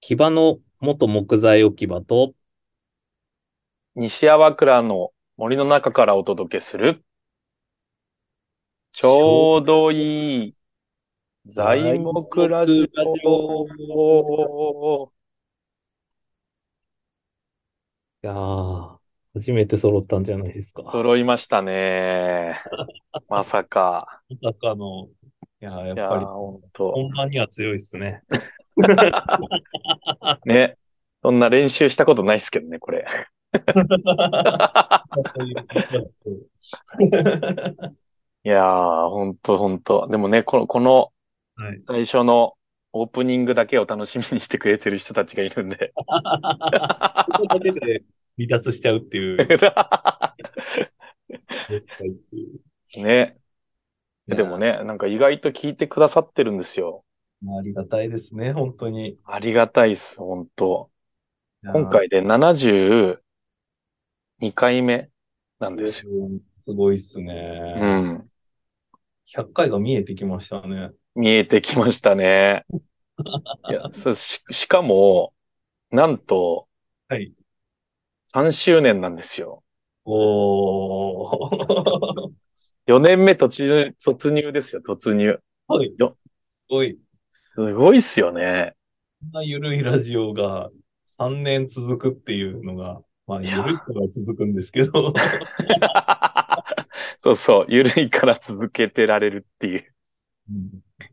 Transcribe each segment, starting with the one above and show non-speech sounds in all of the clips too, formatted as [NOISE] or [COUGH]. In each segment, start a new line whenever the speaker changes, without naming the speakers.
木場の元木材置き場と、
西粟倉の森の中からお届けする、ちょうどいい材木ラジオ。
いやー、初めて揃ったんじゃないですか。ま
揃いまし
[LAUGHS]
たね。まさか。
さかの、いやー、やっ
いや
ぱり
ー、、ほんと。
本番には強いっす
[LAUGHS]
ね。
ね。そんな練習したことないっすけどね、これ。いやー、ほんとほんと。でもね、この、この
はい、
最初のオープニングだけを楽しみにしてくれてる人たちがいる
[LAUGHS]
んで。
ここだけで離脱しちゃうっていう。
ね。 [LAUGHS] でもね、なんか意外と聞いてくださってるんですよ。
いやー。ありがたいですね、本当に。
ありがたいっす、本当。
いやー
今回で72回目なんですよ。
すごいっす
う
ね。
ん。
100回が見えてきましたね。
見えてきまし
[LAUGHS]
たね。いや、そうし、しかも、なんと、
はい。
3周年なんですよ。
おー。
4年目突入、突入ですよ、突入。
はい。
よ
すごい。
すごいっす
[LAUGHS]
よね。
こんなゆるいラジオが3年続くっていうのが、まあ、
い
ゆ
や
るいから続くんですけ [LAUGHS] ど、
そうそう、ゆるいから続けてられるっていう。
うん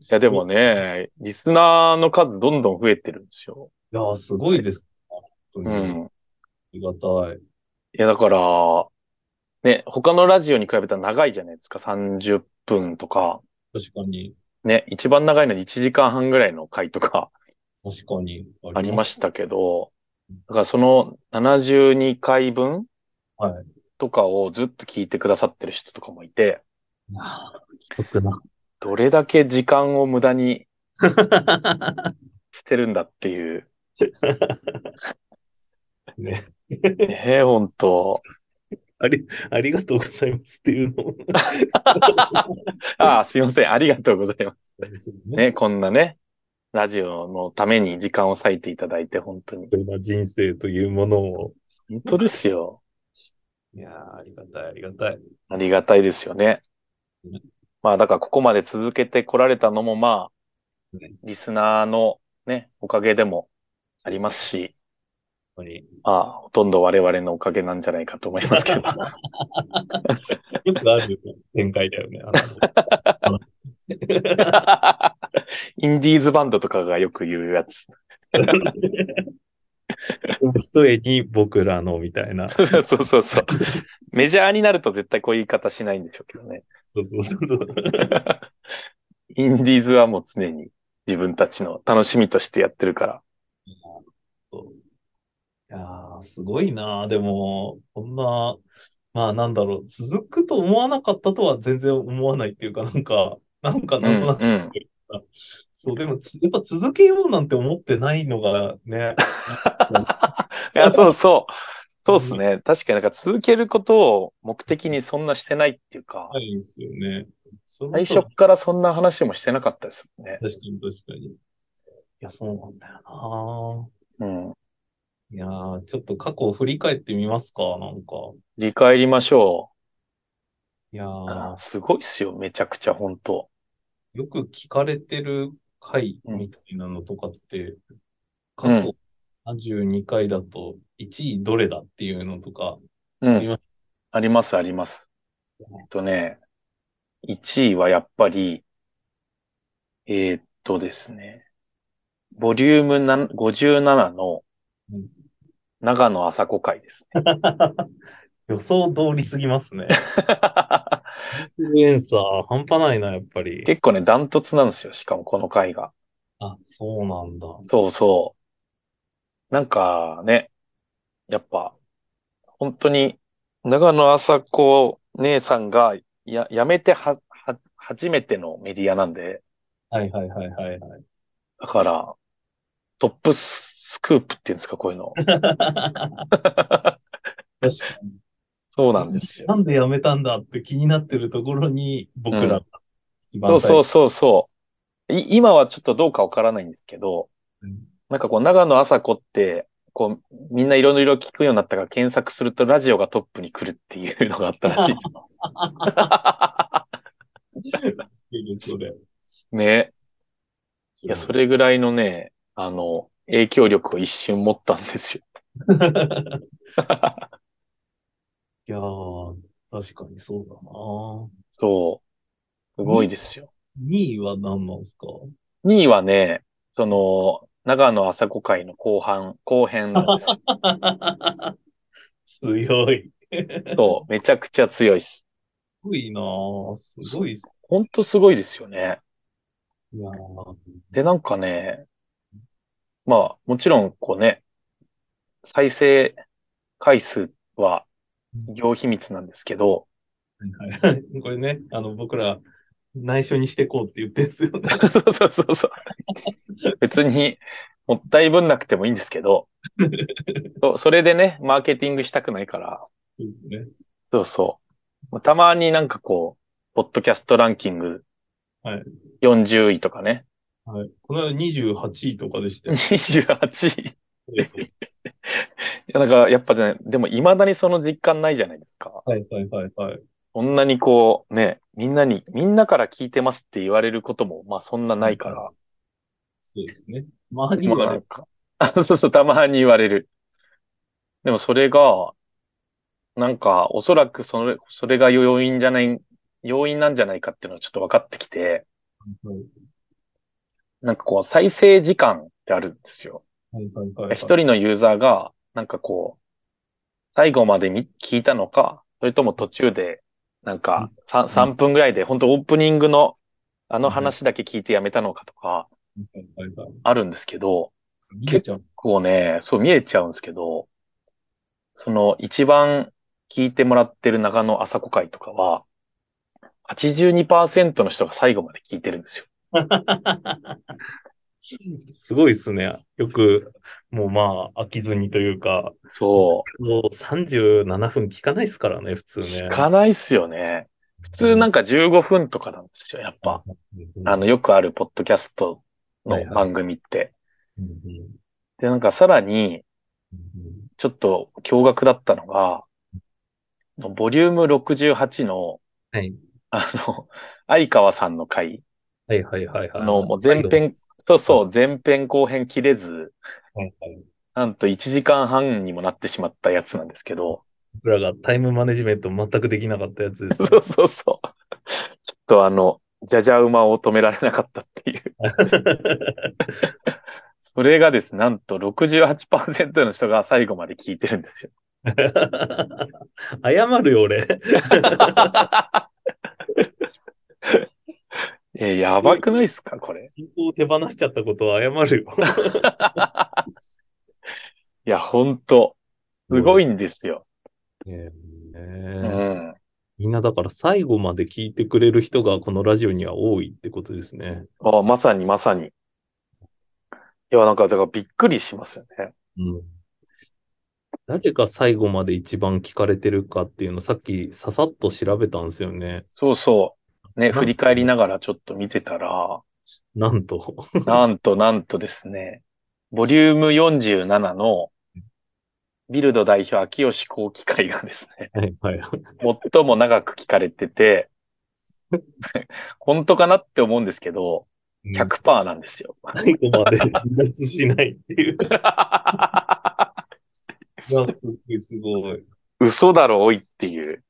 いや、でも。ね、リスナーの数どんどん増えてるんですよ。
いや、すごいです。本当
う
に。あ
ん。
りがたい。
いや、だから、ね、他のラジオに比べたら長いじゃないですか。30分とか。
確かに、
ね、一番長いのに1時間半ぐらいの回とか
確かに
ありま
し
したけど、だからその72回分
た。はい。
とかをずっと聞いてくださってる人とかもいて、
いやー貴重な。
どれだけ時間を無駄にしてるんだっていう。
ね、
ねえ、ほんと。
[LAUGHS] あり、ありがとうございますっていうのも。
ああ、すいません。ありがとうございます。
ね。
ね、こんなね、ラジオのために時間を割いていただいて、本当に。
こんな人生というものを。
本当ですよ。
いやーありがたい、ありがたい。
ありがたいですよね
うん。
まあだからここまで続けてこられたのもまあ
うん、
リスナーのね、おかげでもありますし、
本当に。
まあほとんど我々のおかげなんじゃないかと思いますけど。
よくある展開だよね。あの
インディーズバンドとかがよく言うやつ。
[LAUGHS] 一重に僕らのみたいな。
そうそうそう。メジャーになると絶対こういう言い方しないんでしょうけどね。
そうそうそうそう。
インディーズはもう常に自分たちの楽しみとしてやってるから。
いやー、すごいなー。でも、こんな、まあなんだろう、続くと思わなかったとは全然思わないっていうか、なんか、なんかなんとなく、
うんうん
そう、でもつ、やっぱ続けようなんて思ってないのがね、
い [LAUGHS] や、そうそう。そうっすね。確かになんか続けることを目的にそんなしてないっていうか、
ないんですよね。そろ
最
そろ
初からそんな話もしてなかったですもんね。
確かに確かに。いや、そうなんだよ
うん。
なー。いやー、ちょっと過去を振り返ってみますか、なんか。
振り返りましょ
いや
う。
ー、
すごいっすよ。めちゃくちゃ本当。
よく聞かれてる回みたいなのとかって、過去72回だと1位どれだっていうのと
[LAUGHS]
か、
う
ありま
ん。あります、あります。えっとね、1位はやっぱり、えーっとですね、ボリューム7 57の
うん
長野朝子会ですね。
予想通りすぎますね。インフルエンサー半端ないな、やっぱり。
結構ね、ダントツなんですよ。しかもこの回が。
あ、そうなんだ。
そうそう。なんかね、やっぱ、本当に、長野朝子姉さんがや、やめては、は、初めてのメディアなんで、
はいはいはいはい
[LAUGHS]
はい。
だから、トップスクープっていうんですか、こういうの。
確かに。
そうなんです
[LAUGHS]
よ。
なんでやめたんだって気になってるところに、僕らが一
そ
番
うそう
そ
そうそう。い今はちょっとどうかわからないんですけど、
うん。
なんかこう、長野朝子って、こう、みんないろいろ聞くようになったから検索するとラジオがトップに来るっていうのがあったらしい。
いいね、それ。
ね。いや、それぐらいのね、あの、影響力を一瞬持ったんですよ。
[LAUGHS] いやー、確かにそうだな
そう。すごいですよ。
2位は何なんですか [LAUGHS]
?2 位はね、その、長野朝子会の後半、後編なんです。
強い。
そう、めちゃくちゃ強いっす。
すごいなすごいっす。
ほんとすごいですよね。
いや
で、なんかね、まあ、もちろん、こうね、再生回数は、企業秘密なんですけど、 [LAUGHS]
はいはい、 [LAUGHS] これね、あの、僕ら、内緒にしてこうって言ってんすよね。 [LAUGHS]
そうそうそうそう。別に、もったいぶんなくてもいいんですけ
[LAUGHS]
どそ、それでね、マーケティングしたくないから。
そうですね。
そうそう。たまになんかこう、ポッドキャストランキング、
はい。
40位とかね。
はい。この間28位とかでしたよ。
28位。なんか、やっぱね、でも未だにその実感ないじゃないですか。
はいはいはいはい。
そんなにこう、ね、みんなに、みんなから聞いてますって言われることも、まあそんなないから。
そうですね。まあに言われるか。
あそうそう、たまに言われる。でもそれが、なんか、おそらくそれ、それが要因じゃない、要因なんじゃないかっていうのはちょっと分かってきて、
はい、
なんかこう、再生時間ってあるんですよ。
はいはいはい、はい。
一人のユーザーが、なんかこう、最後までみ聞いたのか、それとも途中で、なんか 3,、うん、3分ぐらいで、本当オープニングの、あの話だけ聞いてやめたのかとか、あるんですけど、
結
構ね、そう見えちゃうんですけど、その一番聞いてもらってる長野朝子会とかは、82%の人が最後まで聞いてるんですよ。
すごいっすね。よく、もうまあ、飽きずにというか。。
そう
もう37分聞かないっすからね、普通ね。
聞かないっすよね。普通なんか15分とかなんですよ、やっぱ。うん、あの、よくあるポッドキャストの番組って。
はいはい、
で、なんかさらに、ちょっと驚愕だったのが、ボリューム68の、
はい、
あの、 [LAUGHS] 相川さんの回。
はいはいはいはい。
の、もう前編、そうそう、前編後編切れず、
はいはい、
なんと1時間半にもなってしまったやつなんですけど。
僕らがタイムマネジメント全くできなかったやつです、
[LAUGHS] ね、そうそうそう。ちょっとあの、じゃじゃ馬を止められなかったっていう。それがですね、なんと68%の人が最後まで聞いてるんですよ。
謝るよ、俺。
えー、やばくないっすかこれ。
信仰を手放しちゃったことは謝る
[LAUGHS]
よ。
いや、ほんと。すごいんですよ。
ねえ、ね
うん。
みんなだから最後まで聞いてくれる人がこのラジオには多いってことですね。
ああ、まさにまさに。いや、なんか、だからびっくりしますよね。
うん。誰が最後まで一番聞かれてるかっていうのさっきささっと調べたんですよね。
そうそう。ね、振り返りながらちょっと見てたら、
なんと。
なんと、なんとですね、ボリューム47の、ビルド代表秋吉後期会がですね、
はいはい、
最も長く聞かれてて、 [LAUGHS] 本当かなって思うんですけど、100%なんですよ。
最後まで離脱しないっていう。 [LAUGHS] いや、すごいすごい。
嘘だろ、おいっていう。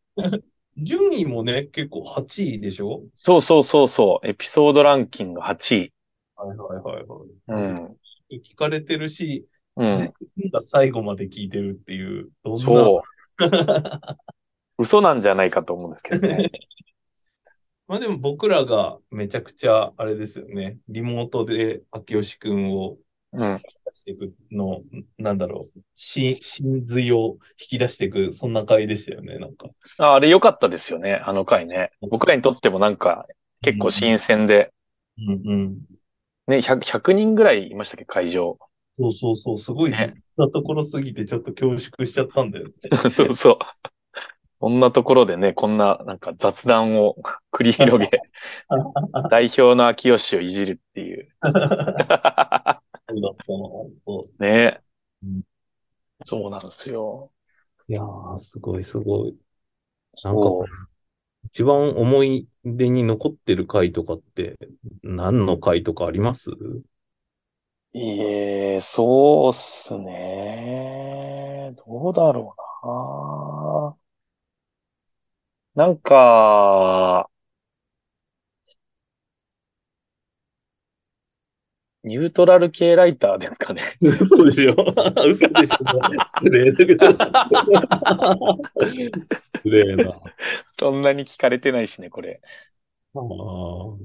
順位もね、結構8位でしょ
そうそうそうそう。エピソードランキング8位。
はいはいはい
はい。うん。
聞かれてるし、
うん。全
員が最後まで聞いてるっていう。
そう。嘘なんじゃないかと思うんですけどね。
まあでも僕らがめちゃくちゃ、あれですよね。リモートで秋吉くんを
うん。
していくの、なんだろう、し真髄を引き出していく、そんな回でしたよね、なんか。
ああれ良かったですよね、あの回ね。僕らにとってもなんか、結構新鮮で。
うん、うん、
うん、ね100、100人ぐらいいましたっけ、会場。
そうそうそう、すごい、ね、なところすぎてちょっと恐縮しちゃったんだよね。
そうそう。こんなところでね、こんななんか雑談を [LAUGHS] 繰り広げ、代表の秋吉をいじるっていう。
そそうだったな、本当。
ね
うん。
そうなんですよ。
いやー、すごいすごい。なんか、
そ
一番思い出に残ってる回とかって、何の回とかあります
う。いえ、そうっすね。どうだろうな。なんか、ニュートラル系ライターです
[LAUGHS]
かね。 [LAUGHS]
嘘でしょ嘘でしょ失礼だけ [LAUGHS] ど。失礼な。
そんなに聞かれてないしね、これ。
あー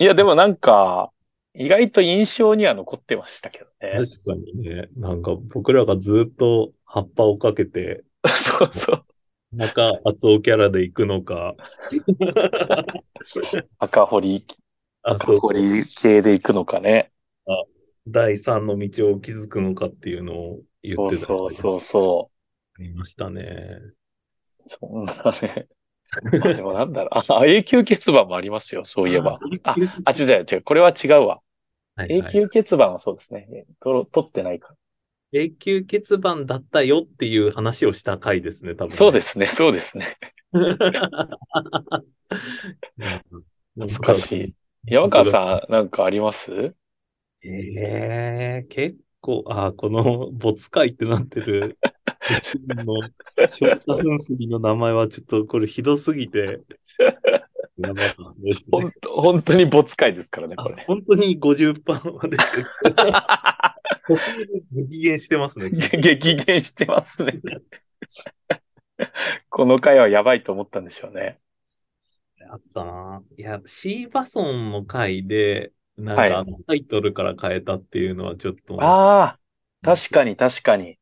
いや、でもなんか、意外と印象には残ってましたけどね。
確かにね、なんか僕らがずっと葉っぱをかけて、
[LAUGHS] そうそう。
また厚尾キャラで行くのか、
赤堀、
あ
赤
そう
堀系で行くのかね。
第三の道を築くのかっていうのを言
そ
っ
う
てた
そう
あ
そうそ
りましたね。
う。そんなね。まあでもなんだろう。あ、永久欠番もありますよ、そういえば。あ、あ、違う違う。これは違うわ。
はい
永
はい
久欠番はそうですね。と取ってないか
永久欠番だったよっていう話をした回ですね、多分
ら。
ね、
そうですね、そうですね。
うん。
懐かしい。山川さん、なんかあります
ん。ええ結構、あ、この没回ってなってる、の、ショット噴水の名前はちょっとこれひどすぎて、やばかったです
ほ
ね
ん。と、本当に没回ですからね、
あ
これ。
本当に50%までしか、途中で激減してます
[LAUGHS]
ね。
激減してますね。この回はやばいと思ったんでしょうね。
あったな。いや、シーバソンの回で、なん
はい
かあのタイトルから変えたっていうのはちょっと、
ああ、確かに確かに。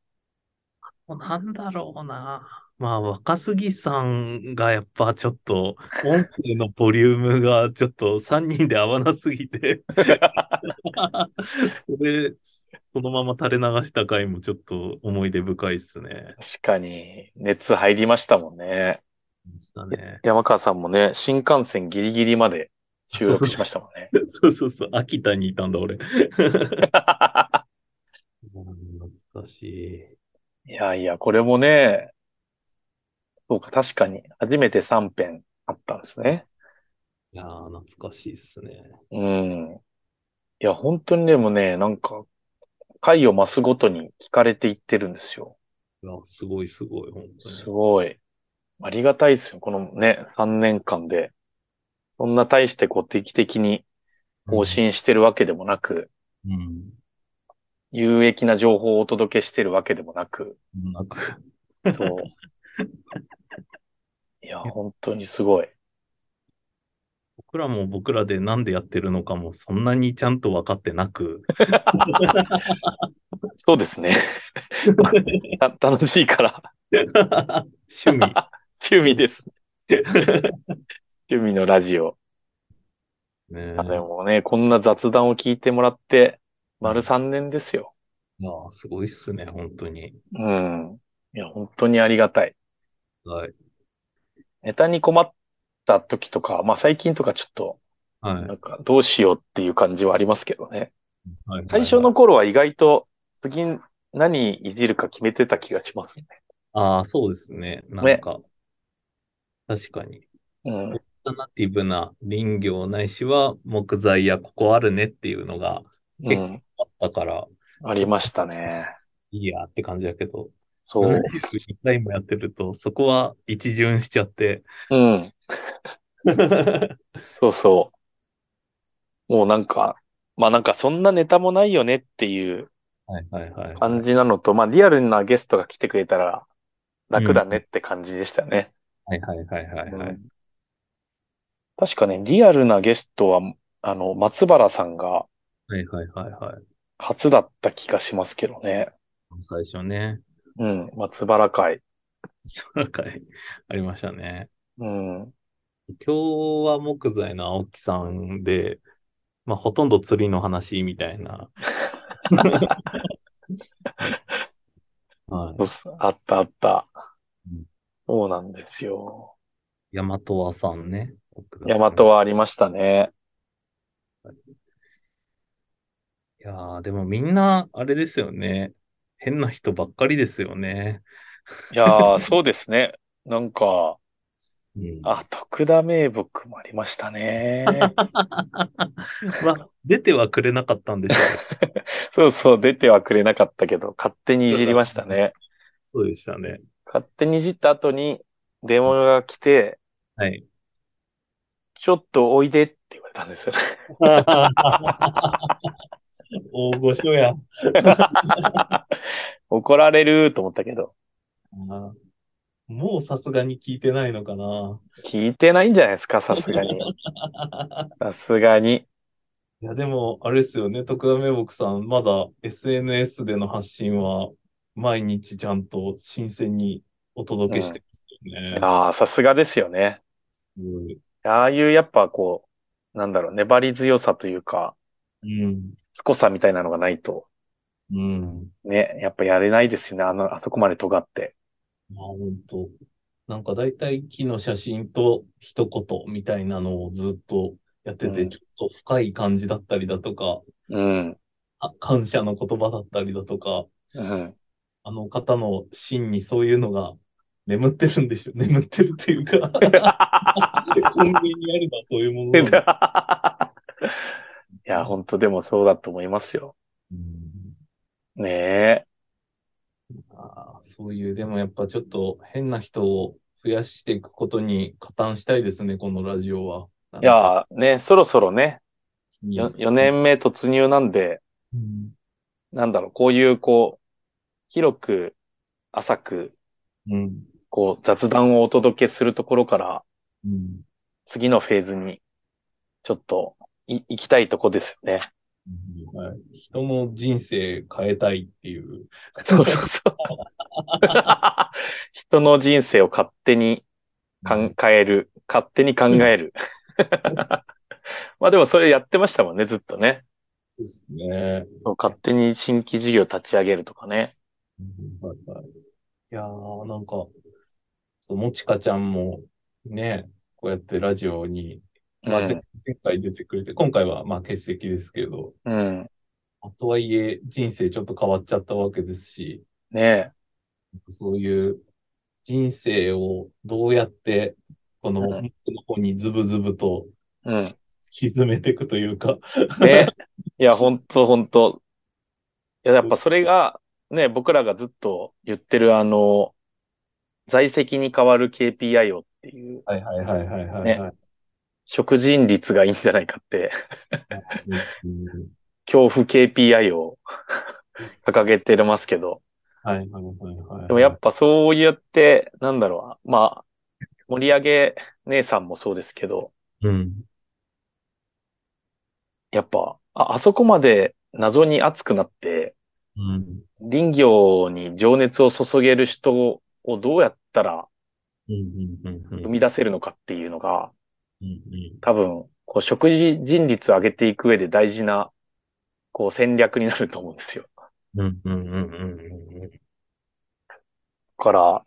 なんだろうな。まあ、若杉さんがやっぱちょっと、音声のボリュームがちょっと3人で合わなすぎ [LAUGHS] て、それ、そのまま垂れ流した回もちょっと思い出深いっすね。
確かに、熱入りましたもんね。
でしたね。
山川さんもね、新幹線ギリギリまで収録しましたもんね。
そうそうそう、秋田にいたんだ、俺。懐かしい。
いやいや、これもね、そうか、確かに、初めて3編あったんですね。
いやー、懐かしいっすね。
うん。いや、本当にでもね、なんか、回を増すごとに聞かれていってるんですよ。
いや、すごいすごい、本当
すごい。ありがたいですよ。このね、3年間で。そんな大してこう定期的に更
に。
新してるわけでもなく、
うん。
有益な情報をお届けしてるわけでもなく、
うん。なんか、
そう。 [LAUGHS] いや、本当にすごい。
僕らも僕らでなんでやってるのかも、そんなにちゃんと分かってな
[LAUGHS]
く。
そうです [LAUGHS] ね。た楽しいから、
趣味。
[LAUGHS] 趣味です。趣味のラジオ。
ね
あでもね、こんな雑談を聞いてもらって、丸3年ですよ。
いやー、すごいっすね、本当に。
うん。いや、本当にありがたい。
はい。
ネタに困った時とか、まあ最近とかちょっと、
はい。
なんかどうしようっていう感じはありますけどね。
はい
最初。
はい
の頃は意外と次何いじるか決めてた気がしますね。
ああ、そうですね。なんか、確かに。
うん。
アルタナティブな林業ないしは木材やここあるねっていうのが
う
結
ん。
あったから、
ありましたね。
いいやって感じだけど、
そう。
72回もやってると、そこは一巡しちゃ
[LAUGHS]
って。
うん。そうそう。もうなんか、まあなんかそんなネタもないよねっていう
はいはいはい。
感じなのと、まあリアルなゲストが来てくれたら楽だねって感じでしたね。
はいはいはいはいは
う
い。
ん確かね、リアルなゲストは、あの、松原さんが
はいはいはいはい。
初だった気がしますけどね。
最初ね、 [LAUGHS]
うん、松原会。
なんかありましたね。
うん。
今日は木材の青木さんで、まあほとんど釣りの話みたい [LAUGHS] な。はい。
そうっすあったあった
うん。
そうなんですよ。
ヤマトワさんね。僕
大和はありましたね。
いやーあ、でもみんな、あれですよね。変な人ばっかりですよね。
いやー、そうですね。なんか、
うん、
あ、徳田名木もありましたね。
まあ、出てはくれなかったんでしょ [LAUGHS] う。
そうそう、出てはくれなかったけど、勝手にいじりましたね。
そうでしたね。
勝手にいじった後に、電話が来て、
[LAUGHS] はい。
ちょっとおいでって言われたんですよね。 [LAUGHS]
大御所や。
怒られると思ったけど、
あもうさすがに聞いてないのかな。
聞いてないんじゃないですか、さすがに。さすがに。
いや、でも、あれですよね。徳田名木さん、まだ SNS での発信は、毎日ちゃんと新鮮にお届けしてますよね。
ああ、さすがですよね。
すごい
ああいうやっぱこう、なんだろう、粘り強さというか、
うん。
しつこさみたいなのがないと、
うん。
ね、やっぱやれないですよね。あの、あそこまで尖って。
まあ、ほんと。なんか大体木の写真と一言みたいなのをずっとやって
う
て、
ん
ちょっと深い感じだったりだとか、
うん。
あ感謝の言葉だったりだとか、
うん。
あの方の芯にそういうのが眠ってるんでしょ眠ってるっていうか、根源にあるのはそういうものなんだ。
いや、本当でもそうだと思いますよ。
うん
ねえ。
あーそういう、でもやっぱちょっと変な人を増やしていくことに加担したいですね、このラジオは。なん
い
か
や、ね、そろそろね、よ4年目突入なんで、
うん
なんだろう、こういう、こう、広く、浅く、
うん。
こう、雑談をお届けするところから、
うん
次のフェーズに、ちょっと、い、行きたいとこですよね。
はい、人の人生変えたいっていう。
そうそうそう。 [LAUGHS] 人の人生を勝手に考える。勝手に考え [LAUGHS] る。まあでもそれやってましたもんね、ずっとね。
そうですね。
そう勝手に新規事業立ち上げるとかね。
はいはい、いやー、なんか、そうもちかちゃんもね、こうやってラジオに、まあ、
うん
前前回出てくれて、今回はまあ欠席ですけど、
うん。
あとはいえ人生ちょっと変わっちゃったわけですし、
ねえ。
そういう人生をどうやって、この
うん
僕の方にズブズブと
うん。ね
沈めていくというか、
[LAUGHS] え。いや、ほんとほんと。いや、やっぱそれが、ね、僕らがずっと言ってるあの、在籍に代わる KPI をっていう、
はいはいはいはいはい、はい。
食人率がいいんじゃないかって、
うん
恐怖 KPI を [LAUGHS] 掲げてますけど。
はいはいはいはい。
でもやっぱそうやって、なんだろう、まあ、盛り上げ姉さんもそうですけど、
うん。
やっぱ、あ、あそこまで謎に熱くなって、
うん。
林業に情熱を注げる人をどうやったら
うん。うん。うん。
生み出せるのかっていうのが、
うん。
多分、こう、食事人率を上げていく上で大事な、こう、戦略になると思うんですよ。
うん。うん。うん。うん。
だから、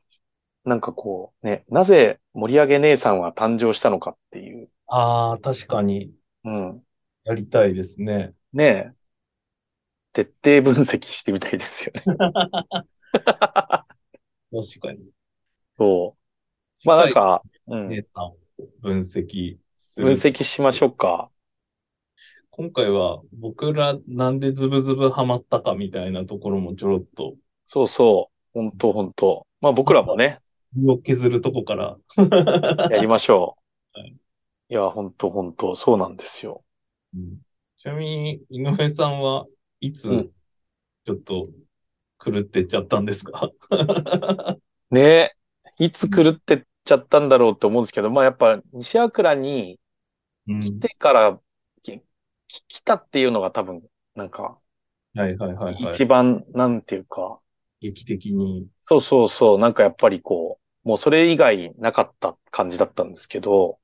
なんかこう、ね、なぜ盛り上げ姉さんは誕生したのかっていう、
ああ、確かに、
うん、
やりたいですね。
ねえ、徹底分析してみたいですよね。 [LAUGHS]
確かに。
そう。まあなん、か、うん、
データを分析す
分
る。
析しましょうか。
今回は、僕らなんでズブズブハマったかみたいなところもちょろっと、
そうそう。本当本当。まあ僕ら
[LAUGHS]
もね、
身を削るとこから。
やりましょう
はい。
いや、本当本当そうなんですよ。
ちなみに、井上さんはいつ
うん、
ちょっと、狂ってっちゃったんですか
ねえ、いつ狂ってっちゃったんだろうって思うんですけど、まあやっぱ西倉に
うん
来てから、きき来たっていうのが多分、なんか、
はいはいはいはい。
一番、なんていうか、
劇的に。
そうそうそう。なんかやっぱりこう、もうそれ以外なかった感じだったんですけど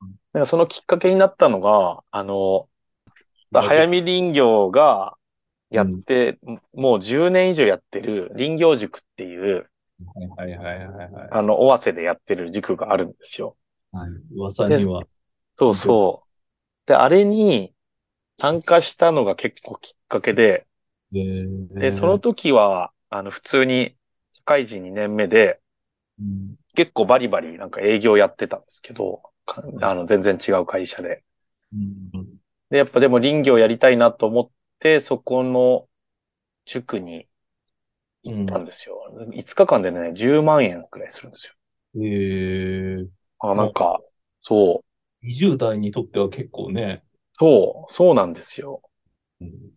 うん、
なんかそのきっかけになったのが、あの、早見林業がやって、もう10年以上やってる林業塾っていう、
はいはいはいはいはい。
あの、尾鷲でやってる塾があるんですよ。
はい、噂には。
そうそう。で、あれに、参加したのが結構きっかけで、
え
で、その時は、あの、普通に社会人2年目で、
うん
結構バリバリなんか営業やってたんですけど、かあの、全然違う会社で。
うん
で、やっぱでも林業やりたいなと思って、そこの塾に行ったんですよ。5日間でね、10万円くらいするんですよ。
えー、
あ、なんか、そう、
20代にとっては結構ね、
そう、そうなんですよ。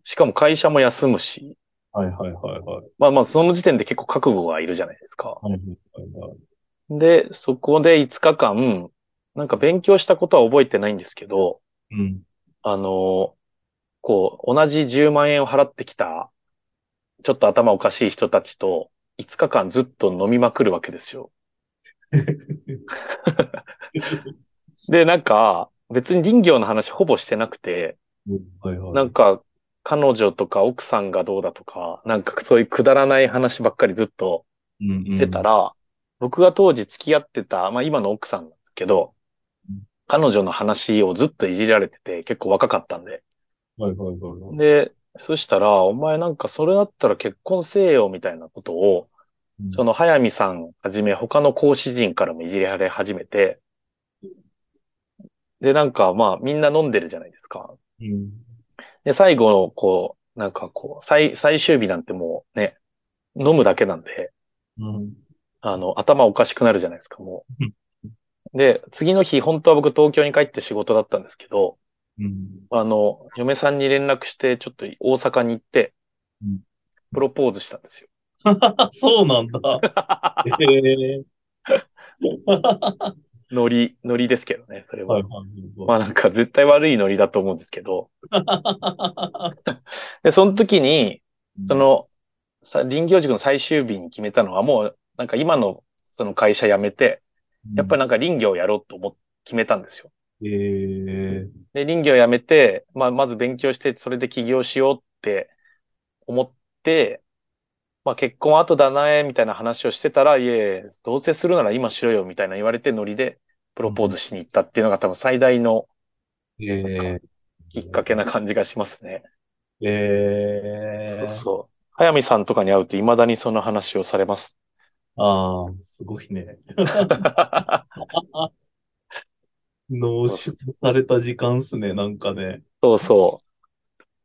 しかも会社も休むし、
はいはいはいはい。
まあまあその時点で結構覚悟はいるじゃないですか。
はいはいはいはい。
で、そこで5日間、なんか勉強したことは覚えてないんですけど、
うん。
あの、こう、同じ10万円を払ってきた、ちょっと頭おかしい人たちと、5日間ずっと飲みまくるわけです
[LAUGHS]
よ。で、なんか、別に林業の話ほぼしてなくて、
はいはい。
なんか、彼女とか奥さんがどうだとか、なんかそういうくだらない話ばっかりずっと
うんうん
出たら、僕が当時付き合ってた、まあ今の奥さんなんですけど
うん、
彼女の話をずっといじられてて、結構若かったんで。
はいはいはいはい。
で、そしたら、お前なんかそれだったら結婚せえよみたいなことを、
うん
その早見さんはじめ他の講師陣からもいじられ始めて、で、なんかまあみんな飲んでるじゃないですか。
うん
で、最後の、こう、なんかこう、最、最終日なんてもうね、飲むだけなんで、
うん
あの、頭おかしくなるじゃないですか、もう。で、次の日、本当は僕東京に帰って仕事だったんですけど、
うん [LAUGHS]
あの、嫁さんに連絡して、ちょっと大阪に行って
うん、
プロポーズしたんですよ。 [LAUGHS]
あ、そうなんだ。え
[LAUGHS]
え
ノリ、ノリですけどね、それは。
はいはい
ま
は
あなんか絶対悪いノリだと思うんですけど。で、その時に、
い。
そ、の、さ林業塾の最終日に決めたのはもう、なんか今のその会社辞めて、やっぱりなんか林業をやろうと思っ決めたんですよ。
り。ええ
で、林業をやめて、まあ、まず勉強して、それで起業しようって思って、まあ、結婚後だな、みたいな話をしてたら、いえ、どうせするなら今しろよ、みたいな言われてノリでプロポーズしに行ったっていうのが多分最大の
ええ
きっかけな感じがしますね。
え
そう
え
そう。早見さんとかに会うと未だにその話をされます。
ああ、すごいね。濃縮された時間っすね、なんかね。
そうそ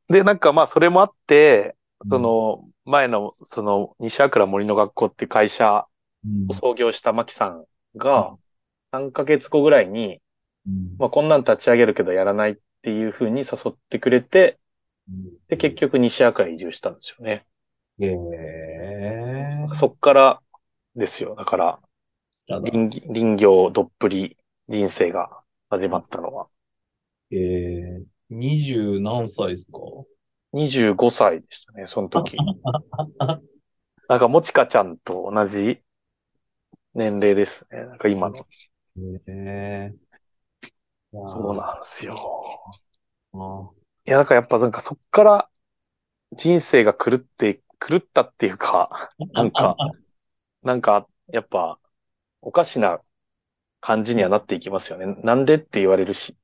う。で、なんかまあ、それもあって、そ、の、前の、その、西桜森の学校って会社
うん
を創業したマキさんが、3ヶ月後ぐらいに、
うん
まあ、こんなん立ち上げるけどやらないっていう風に誘ってくれて、で、結局西桜に移住したんですよね。
ええ
そっからですよ。だから、林林業どっぷり人生が始まったのは。
ええ二十何歳っすか
25歳でしたね、その [LAUGHS] 時。なんか、もちかちゃんと同じ年齢ですね。なんか今の。
ええ
そう
だ
なんですよ。
あ
いや、だからやっぱなんかそっから人生が狂って、狂ったっていうか、なんか、なんかやっぱおかしな感じにはなっていきますよね。なんでって言われるし、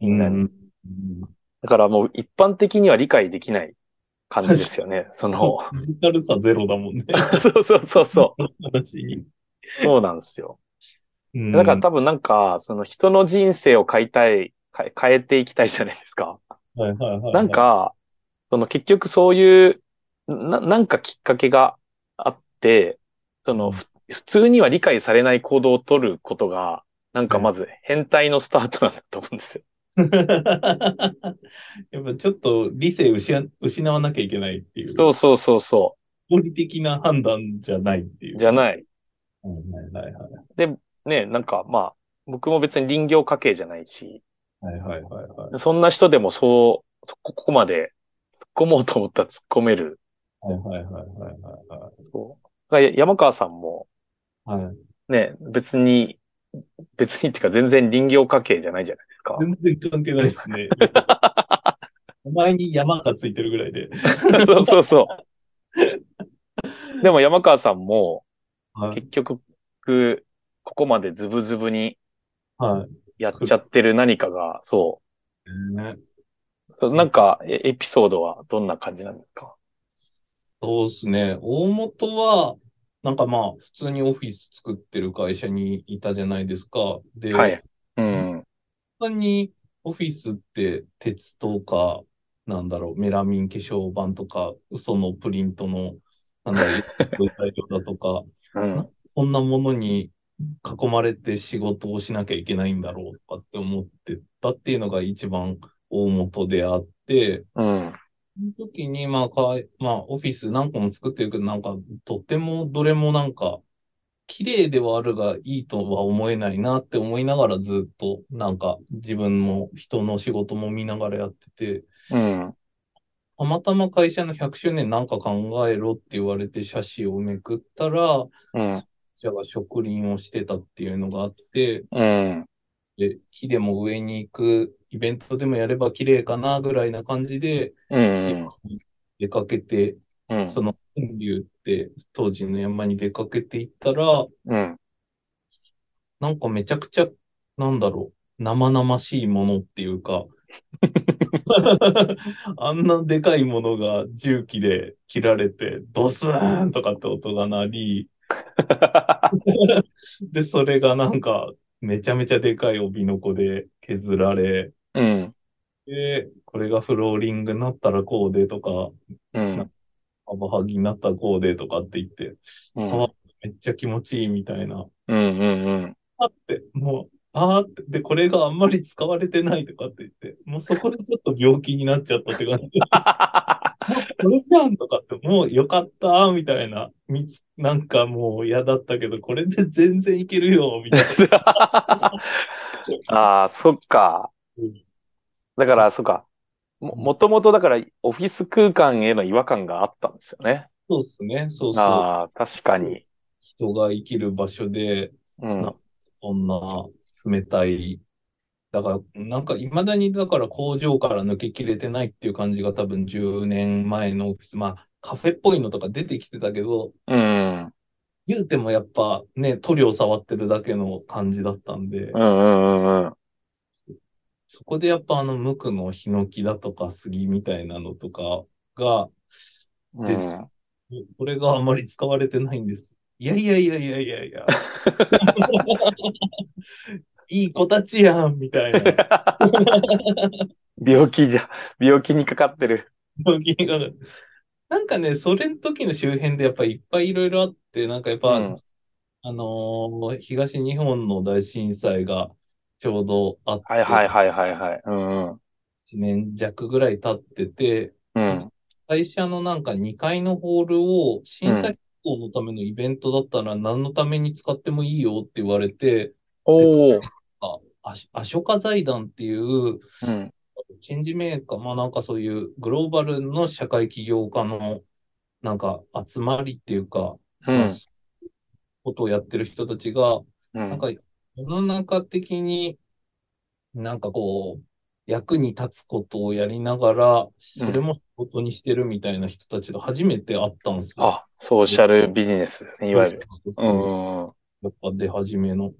みんなに。だからもう一般的には理解できない感じですよね。その、
デジタルさゼロだもんね、
[LAUGHS] そうそうそうそ
私に。
う。そうなんですよ。
うん
だから多分なんか、その人の人生を変えたい、変え変えていきたいじゃないですか。
はいはいはいはい
なん、か、その結局そういう、な、なんかきっかけがあって、その、ふ普通には理解されない行動を取ることが、なんかまず変態のスタートなんだと思うんですよ。
やっぱちょっと理性失失わなきゃいけないっていう、
そうそうそうそ。
合理的な判断じゃないっていうう。
じゃ
い。
ない。
はいはいはい
ね、なんかまあ、僕も別に林業家系じゃないし、
はいはいはいはいはい。
そんな人でもそう、そこここまで突っ込もうと思ったら突っ込める。
はいはいはいはいは
そう。だから山川さんも
いはい。はい
ね、別に、別にっていうか全然林業家系じゃないじゃないですか。
全然関係ないです [LAUGHS] ね。お前に山がついてるぐらいで。
そうそうそう。でも山川さんも
はい。
結局、ここまでズブズブに
はい。
やっちゃってる何かが、そ
ね、
う、なんか、えエピソードはどんな感じなんですか
そうですね。大元は、なんかまあ、普通にオフィス作ってる会社にいたじゃないですか。で、
はい。うん。
一般にオフィスって鉄とか、なんだろう、メラミン化粧板とか、嘘のプリントの、なんだろう、
[LAUGHS]
材料だとか、
うん。
こんなものに囲まれて仕事をしなきゃいけないんだろうとかって思ってたっていうのが一番大元であって、
うん。
その時に、まあかい、まあ、オフィス何個も作ってるけど、なんか、とてもどれもなんか、綺麗ではあるが、いいとは思えないなって思いながらずっと、なんか、自分も人の仕事も見ながらやってて、
うん。
たまたま会社の100周年なんか考えろって言われて写真をめくったら、
うん。
じゃあ植林をしてたっていうのがあって、
うん。
で、木でも上に行く、イベントでもやれば綺麗かなぐらいな感じで、
うん。
出かけて、
うん。
その天竜って当時の山に出かけていったら、
うん。
なんかめちゃくちゃ、なんだろう、生々しいものっていう
[LAUGHS]
か、あんなでかいものが重機で切られて、ドスーンとかって音が鳴
[LAUGHS]
り、で、それがなんか、めちゃめちゃでかい帯の子で削られ、
うん。
で、これがフローリングになったらこうでとか、
うん。
アバハギになったらこうでとかって言って、
うん
触ってめっちゃ気持ちいいみたいな。
うん。うん。
あって、もう、あーって、で、これがあんまり使われてないとかって言って、もうそこでちょっと病気になっちゃったって感 [LAUGHS] じ。もうこれじゃんとかって、もうよかったーみたいな、みつ、なんかもう嫌だったけど、これで全然いけるよ、みたいな。
[LAUGHS] ああ、そっか。だから、そっか。も、もともとだから、オフィス空間への違和感があったんですよね。
[LAUGHS] そうっすね、そうそう。
ああ、確かに。
人が生きる場所で、
うん。
こんな冷たい。だから、なんか、未だに、だから工場から抜けきれてないっていう感じが多分10年前のオフィス、まあ、カフェっぽいのとか出てきてたけど、
うん。
言うてもやっぱね、塗料触ってるだけの感じだったんで
うんう、んうんうん。
そこでやっぱあの無垢のヒノキだとか杉みたいなのとかが、
うん。
これがあまり使われてないんです。いやいやいやいやいやいや。いい子たちやんみたいな。 [LAUGHS]
病気じゃ、病気にかかってる。
なんかね、それの時の周辺でやっぱいっぱいいろいろあって、なんかやっぱ、
うん
あのー東日本の大震災がちょうどあって、
はいはいはいはいはい。うんうん。
1年弱ぐらい経ってて、
うん。
会社のなんか2階のホールを審査機構のためのイベントだったら何のために使ってもいいよって言われて、
おお。
あしアショカ財団っていう
うん。
チェンジメーカー、まあなんかそういうグローバルの社会起業家のなんか集まりっていうか、
う
まあ
ん。
そういうことをやってる人たちが、
うん
なんか世の中的になんかこう、役に立つことをやりながら、それも仕事にしてるみたいな人たちと初めて会ったんですよ。
あ、ソーシャルビジネスですね、いわゆる。う
うん
ん。
やっぱ出始めの。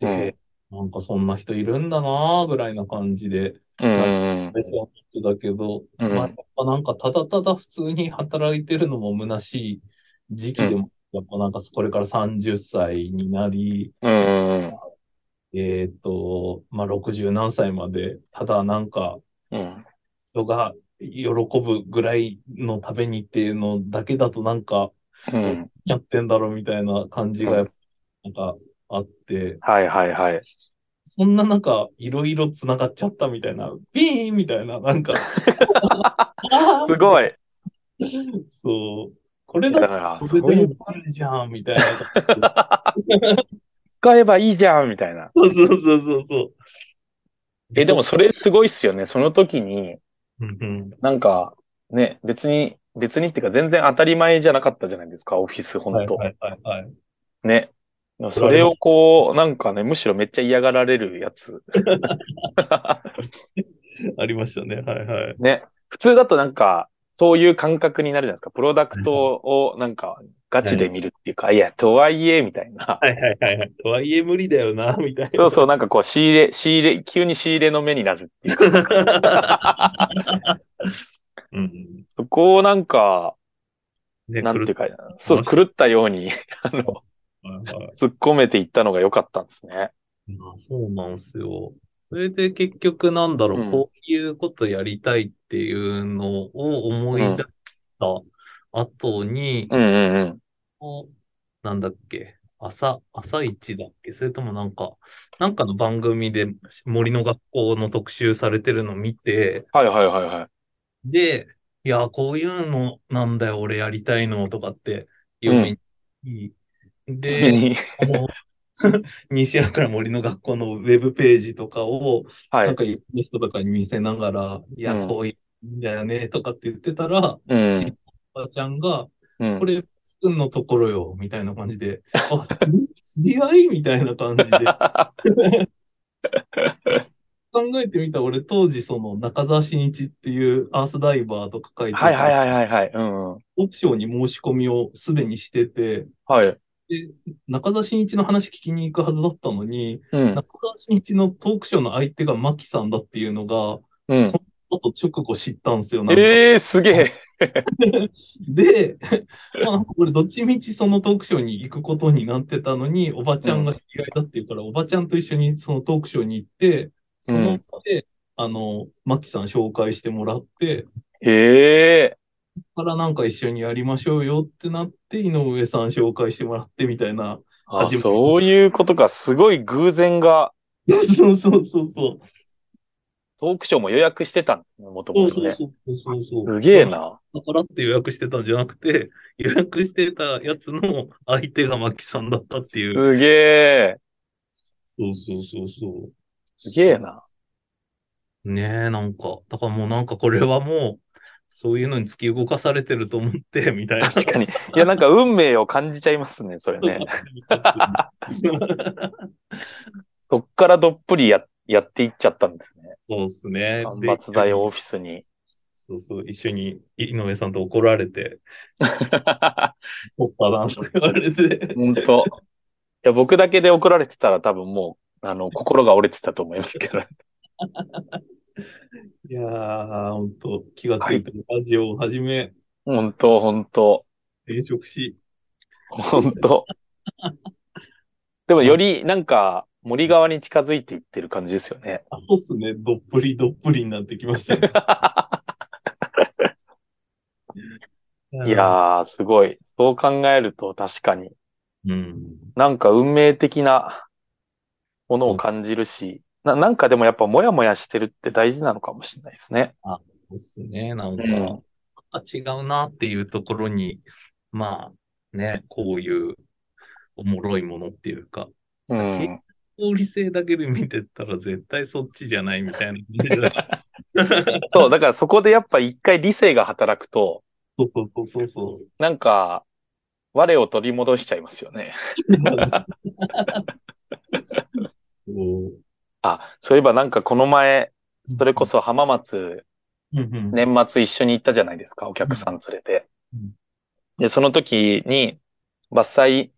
で、なんかそんな人いるんだなぁぐらいな感じで、
うん。
私は思ってたけど、
うん
まあやっぱなんかただただ普通に働いてるのも虚しい時期でも、やっぱなんかこれから30歳になり、
うん。
えっ、と、まあ60何歳まで、ただなんか
うん。
人が喜ぶぐらいのためにっていうのだけだとなんか
うん。
やってんだろうみたいな感じがやっぱなんかあって、
はいはいはい。
そんな中、いろいろ繋がっちゃったみたいな、ビーンみたいな、なんか、あ
[LAUGHS] すごい。
ーそう、これ
だ
だ
か
っ
ら、
た
そ
ら
う
これ
い
で
う
も、あるじゃん、みたいな。
使えばいいじゃん、みたいな。
そうそうそうそうそう。
え、でもそれすごいっすよね。その時に、
うんうん、
なんか、ね、別に、別にっていうか全然当たり前じゃなかったじゃないですか、オフィス、ほ
は
ん
い
と。
はいはいはい。
ね。それをこう、なんかね、むしろめっちゃ嫌がられるやつ。 [LAUGHS]
ありましたね、はいはい。
ね。普通だとなんか、そういう感覚になるじゃないですか。プロダクトをなんか、ガチで見るっていうか、いや、とはいえ、みたいな。
はいはいはいはい。とはいえ無理だよな、みたいな。
そうそう、なんかこう、仕入れ、仕入れ、急に仕入れの目になるっていうか、
うん。
そこをなんか、
ね、
なんていう
狂
か、そう、狂ったように、 [LAUGHS] あの、
ったはいはい
突っ込めていったのが良かったんですね。
まあ、そうなんすよ。それで結局なんだろう、
うん
こういうことやりたいっていうのを思い出した後に、
うんうんうん。
こうなんだっけ、朝、朝一だっけ、それともなんか、なんかの番組で森の学校の特集されてるの見て、
はいはいはいはい。
で、いや、こういうのなんだよ、俺やりたいのとかって嫁に、で、あの、 [LAUGHS] 西原森の学校のウェブページとかを、
は
なん
い。
かいろんな人とかに見せながら、いや、
うん
こういうんだよね、とかって言ってたら、
うん。
おばちゃんが、
うん
こ。れ、くんのところよ、みたいな感じで、あ、知り合いみたいな感じで。
[LAUGHS]
考えてみたら俺、当時、その、中澤新一っていうアースダイバーとか書いて
はいはい
た、
はいはいはい。うんうん。
オプションに申し込みをすでにしてて、
はい。
中澤新一の話聞きに行くはずだったのに、
うん。
中澤新一のトークショーの相手がマキさんだっていうのが、
うん。
そちょっと直後知ったんですよ。なんか
ええー、すげえ。
で、 [LAUGHS] まあ、これどっちみちそのトークショーに行くことになってたのに、おばちゃんが知り合いだっていうから、おばちゃんと一緒にそのトークショーに行って、その場で、あの、マキさん紹介してもらって、
へえ。
ここからなんか一緒にやりましょうよってなって、井上さん紹介してもらってみたいな。
あ、
初めて
そういうことか。すごい偶然が、
[LAUGHS] そうそうそうそう。
トークショーも予約してたんもと
そ
も
う
と
そう
ね。
そうそうそう。
すげえ。な。
だからって予約してたんじゃなくて、 [LAUGHS] 予約してたやつの相手がマキさんだったっていう。
すげえ。
そうそうそうそう。
すげえな。
ねえ、なんか、だからもうなんかこれはもう、そういうのに突き動かされてると思って、 [LAUGHS] みたいな。
確かに。いや、なんか運命を感じちゃいますね、それね。そっからどっぷりや、やっていっちゃったんですね。
[LAUGHS] そうですね。
間
で
伐材オフィスに。 [LAUGHS]
そうそう、一緒に井上さんと怒られて、
本
おったな、とか言われて。
当。いや、僕だけで怒られてたら多分もう、あの、心が折れてたと思いますけど。 [LAUGHS]
いやー、ほんと、気がついてもラジオを始め、
本当、本当、
転職し、
本当。でもよりなんか森側に近づいていってる感じですよね。
あ、そうっすね、どっぷりどっぷりになってきましたね。
[LAUGHS] いやー、すごい。そう考えると確かに、
うん。
なんか運命的なものを感じるし、ななんかでもやっぱモヤモヤしてるって大事なのかもしれないですね。
あ、そうっすね。なんか、
うん
なんか違うなっていうところに、まあね、こういうおもろいものっていうか、
うん。
合理性だけで見てたら絶対そっちじゃないみたいな感じだ。
そう、だからそこでやっぱ一回理性が働くと、
[LAUGHS] そうそうそうそう [LAUGHS] そ
なんか、我を取り戻しちゃいますよね。
う。そう
あ、そういえばなんかこの前、それこそ浜松、
うんうん。
年末一緒に行ったじゃないですか、お客さん連れて
うん。
で、その時に、伐採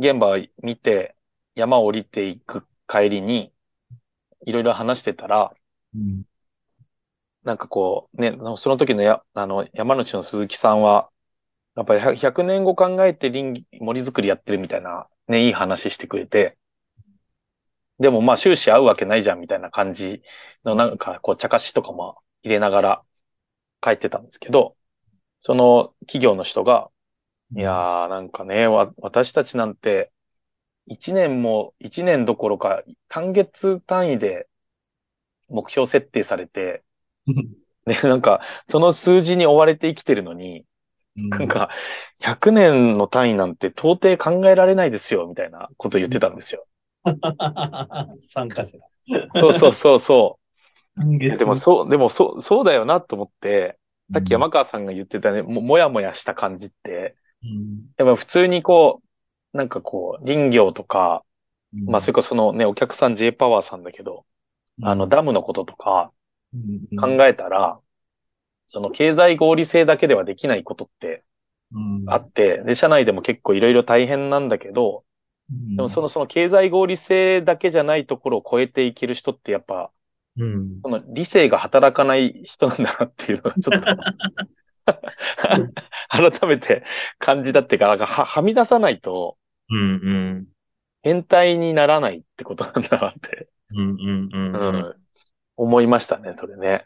現場を見て、山を降りていく帰りに、いろいろ話してたら、
うん
なんかこう、ね、その時のや、あの、山主の鈴木さんは、やっぱり100 100年後考えて林業森づくりやってるみたいな、ね、いい話してくれて、でもまあ終始合うわけないじゃんみたいな感じのなんかこう茶化しとかも入れながら帰ってたんですけど、その企業の人が、いやーなんかね、わ、私たちなんて1年も1年どころか単月単位で目標設定されて、
[LAUGHS]
[LAUGHS] ね、なんか、その数字に追われて生きてるのに、
うん
なんか、100年の単位なんて到底考えられないですよ、みたいなこと言ってたんですよ。
[LAUGHS] 参加者。
そうそうそうそ
今
[LAUGHS] う。
月
でもそう、でもそう、そうだよなと思って、さっき山川さんが言ってたね、も、もやもやした感じって、
うん
やっぱ普通にこう、なんかこう、林業とか、
うん
まあそれこそそのね、お客さん J パワーさんだけど、あの、ダムのこととか
うんうん
考えたら、その経済合理性だけではできないことって
うん
あって、で、社内でも結構いろいろ大変なんだけど、でもその、その経済合理性だけじゃないところを超えていける人ってやっぱ、
うん。
この理性が働かない人なんだなっていうのがちょっ
[LAUGHS]
と改めて感じたっていうか、なんかははみ出さないと
うんうん。
変態にならないってことなんだなって、
うんうんうん
う
うん。
ん、思いましたね、それね。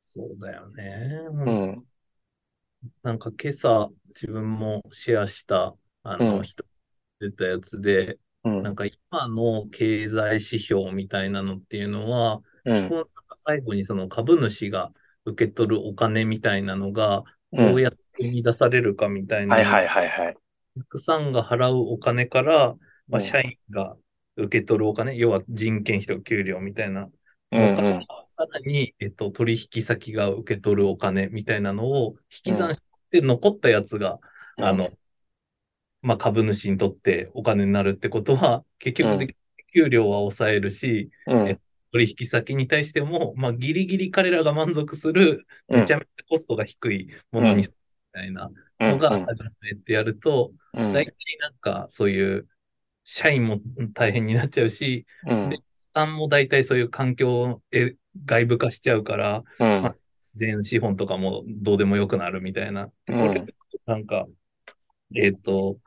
そうだよね。
うん。
なんか今朝自分もシェアした、あ
うん
の、人出たやつで、
うん。
なんか今の経済指標みたいなのっていうのは、
う
基
ん。
本なんか最後にその株主が受け取るお金みたいなのが、
う
どうんやって生み出されるかみたいな、
はいは
お
いはいはい。
客さんが払うお金から、まあ、
うん
社員が受け取るお金、要は人件費と給料みたいな
うん
の
う
から、
ん。
さらに、えっと、取引先が受け取るお金みたいなのを引き算して残ったやつが、あの、まあ、株主にとってお金になるってことは、結局で、
う
給料は抑えるし、
うん、
取引先に対しても、まあ、ギリギリ彼らが満足する、
うん
めちゃめちゃコストが低いものにするみたいな
うん、
のが
う
始
ん
めてやると、
うん
大体なんかそういう社員も大変になっちゃうし、
うん
で負担も大体そういう環境へ外部化しちゃうから、
うん
まあ自然資本とかもどうでもよくなるみたいな。で
う
こ
ん
れなんか、えっ、と、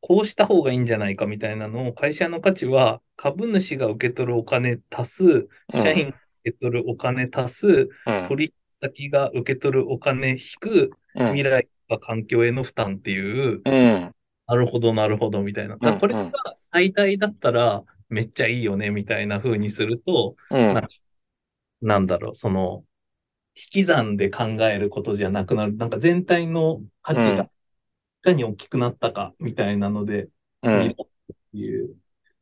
こうした方がいいんじゃないかみたいなのを会社の価値は株主が受け取るお金足す、社員が受け取るお金足す、
うん
取引先が受け取るお金引く
うん
未来が環境への負担っていう、
うん
なるほど、なるほど、みたいな。だからこれが最大だったらめっちゃいいよね、みたいな風にすると、
うん
なんだろう、その、引き算で考えることじゃなくなる。なんか全体の価値
うん
が、いかに大きくなったか、みたいなので、見
う
る
ん
っていう。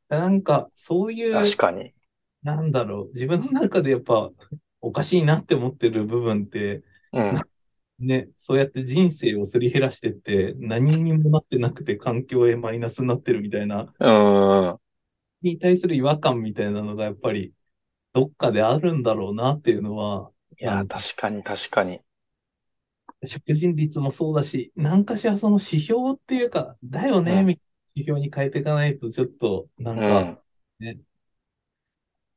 だからなんか、そういう、
確かに。
なんだろう、自分の中でやっぱ、おかしいなって思ってる部分って、
うん
ね、そうやって人生をすり減らしてって、何にもなってなくて環境へマイナスになってるみたいな、
うん
に対する違和感みたいなのがやっぱり、どっかであるんだろうなっていうのは、
いや、確かに確かに。
食人率もそうだし、何かしらその指標っていうか、だよね、
うん
みたいな指標に変えていかないと、ちょっと、なん
う
か、
ん。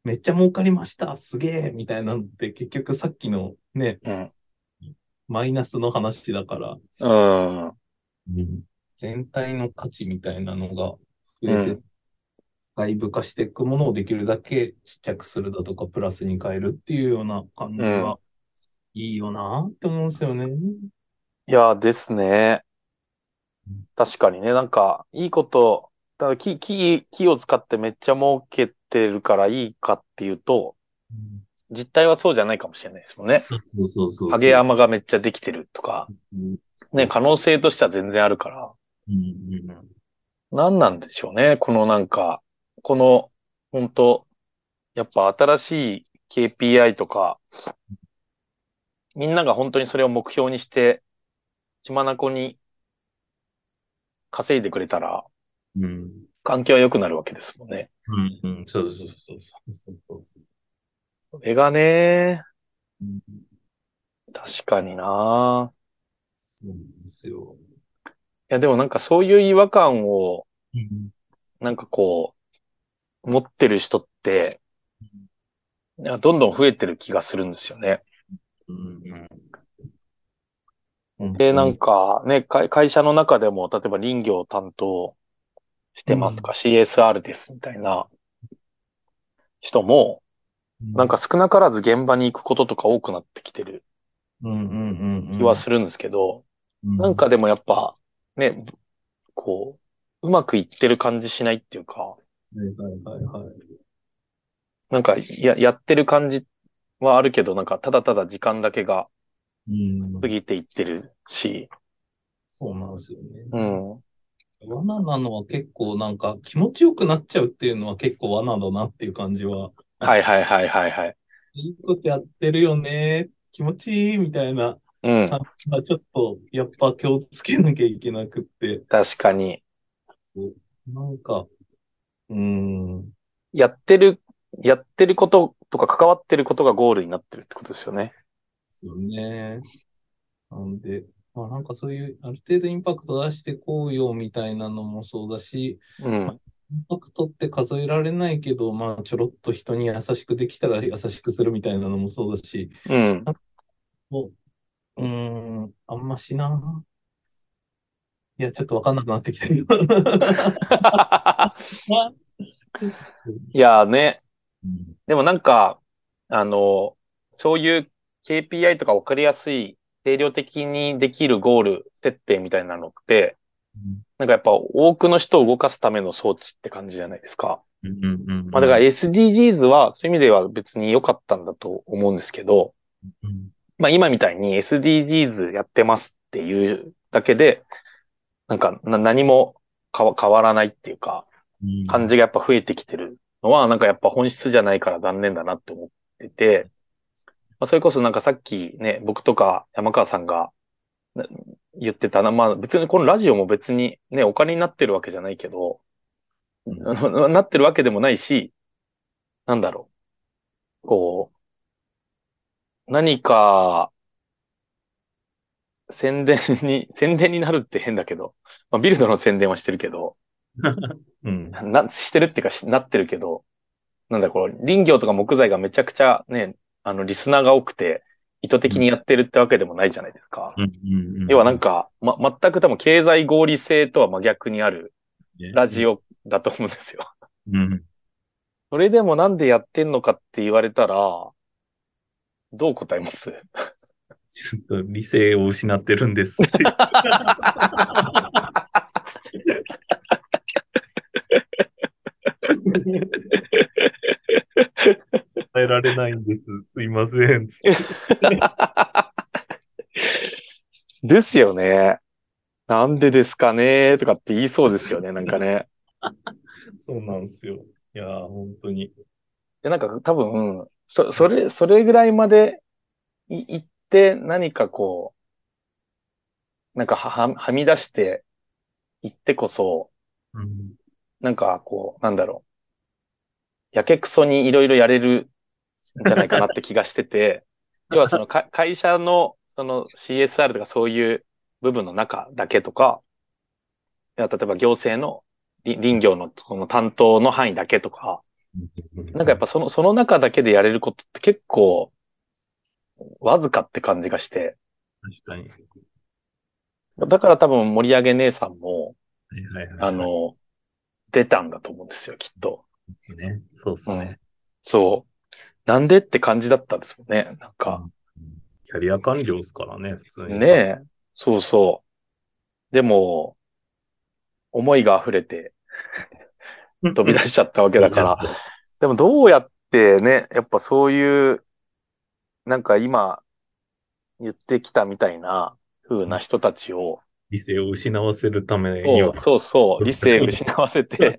めっちゃ儲かりました、すげえ、みたいなのって、結局さっきのね、
うん。
マイナスの話だから、
うん。
全体の価値みたいなのが増え
う
て、外部化していくものをできるだけちっちゃくするだとか、プラスに変えるっていうような感じ
う
は、いいよなって思うんですよね。
いや、ですね。確かにね、なんか、いいこと、ただ木、木、木を使ってめっちゃ儲けてるからいいかっていうと、実態はそうじゃないかもしれないですもんね。
そうそうそうそう。
影山がめっちゃできてるとか、ね、可能性としては全然あるから。
うんうん
何なんでしょうね。このなんか、この、本当やっぱ新しい KPI とか、みんなが本当にそれを目標にして、血眼に稼いでくれたら、
うん。
環境は良くなるわけですもんね。
うんうん、そうそうそうそうそうそうそう。
それがね、
うん
確かにな
そうなんですよ。
いや、でもなんかそういう違和感を、
うん
なんかこう、持ってる人って、なんかどんどん増えてる気がするんですよね。
うんうん。
で、なんかね、会会社の中でも、例えば林業を担当してますとか、CSR ですみたいな人も、
うん、
なんか少なからず現場に行くこととか多くなってきてる
うんうんうんうん、
気はするんですけど、
うん
なんかでもやっぱ、ね、こう、うまくいってる感じしないっていうか、
はいはいはいはい。
なんかややってる感じはあるけど、なんかただただ時間だけが
うん
過ぎていってるし、
そうなんですよね。
うん、
罠なのは結構なんか気持ちよくなっちゃうっていうのは結構罠だなっていう感じは。
はいはいはいはいはい。
いいことやってるよね。気持ちいいみたいな
うん、
感じはちょっとやっぱ気をつけなきゃいけなくって。
確かに。
なんか、うーん。
やってる、やってることとか関わってることがゴールになってるってことですよね。
そうね。なんで、
まあなんかそういう、ある程度インパクト出してこうよみたいなのもそうだし、
うん。
インパクトって数えられないけど、まあちょろっと人に優しくできたら優しくするみたいなのもそうだし、
うん。
うーん、あんましな。いや、ちょっとわかんなくなってきてる。
いやーね。
うん
でもなんか、あの、そういう KPI とか分かりやすい、定量的にできるゴール設定みたいなのって、なんかやっぱ多くの人を動かすための装置って感じじゃないですか。
うんうんうんうん
まあだから SDGs はそういう意味では別に良かったんだと思うんですけど、
うん
まあ今みたいに SDGs やってますっていうだけで、なんかな何も変わ変わらないっていうか、
うん
感じがやっぱ増えてきてるのは、なんかやっぱ本質じゃないから残念だなって思ってて、まあ、それこそなんかさっきね、僕とか山川さんがな言ってたな、まあ別にこのラジオも別にね、お金になってるわけじゃないけど、
うん
あのなってるわけでもないし、なんだろう。こう、何か、宣伝に、 [LAUGHS] 宣伝になるって変だけど、まあ、ビルドの宣伝はしてるけど、
うん
な、してるっていうかし、なってるけど、なんだこれ、林業とか木材がめちゃくちゃね、あの、リスナーが多くて、意図的にやってるってわけでもないじゃないですか。
うんうんうん
要はなんか、ま、全く多分経済合理性とは真逆にあるラジオだと思うんですよ。 [LAUGHS]
うん
それでもなんでやってんのかって言われたら、どう答えます [LAUGHS]
ちょっと理性を失ってるんです。答えられないんです。すいません。
ですよね。なんでですかねとかって言いそうですよね、なんかね。
そうなんですよ。いやー、本当に。
で、なんか多分、そ、それ、それぐらいまでい、行って何かこう、なんかは、は、はみ出して行ってこそ、
うん
なんかこう、なんだろう。やけくそにいろいろやれるんじゃないかなって気がしてて、要はそのか会社のその CSR とかそういう部分の中だけとか、いや例えば行政の林林業のその担当の範囲だけとか、なんかやっぱその、その中だけでやれることって結構、わずかって感じがして。
確かに。
だから多分森上げ姉さんも、
はいはいはい
あの、出たんだと思うんですよ、きっと。
そうっすね。そうっすね。
そう。なんでって感じだったんですよね。なんか、
キャリア官僚っすからね、普通に。
ねえ。そうそう。でも、思いが溢れて
うん
飛び出しちゃったわけだから。でもどうやってね、やっぱそういう、なんか今言ってきたみたいな風な人たちを、
理性を失わせるために
そ
は
う。そうそう、
[LAUGHS]
理性を失わせて、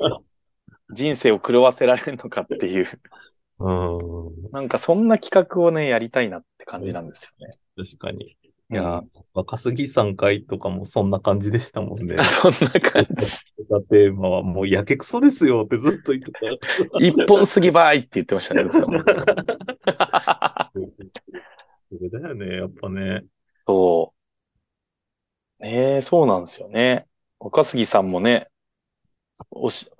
人生を狂わせられるのかって
[LAUGHS]
いう、
うん。
なんかそんな企画をね、やりたいなって感じなんですよね。
確かに。
い
いや、若杉さん会とかもそんな感じでしたもんね。
そん [LAUGHS] な感
[LAUGHS]
じ。
だって、まあ、もうやけくそですよってずっと言ってた。
一本過ぎばいって言ってましたね、僕は
それだよね、やっぱね。
そう。ねえ、そうなんですよね。若杉さんもね、おし、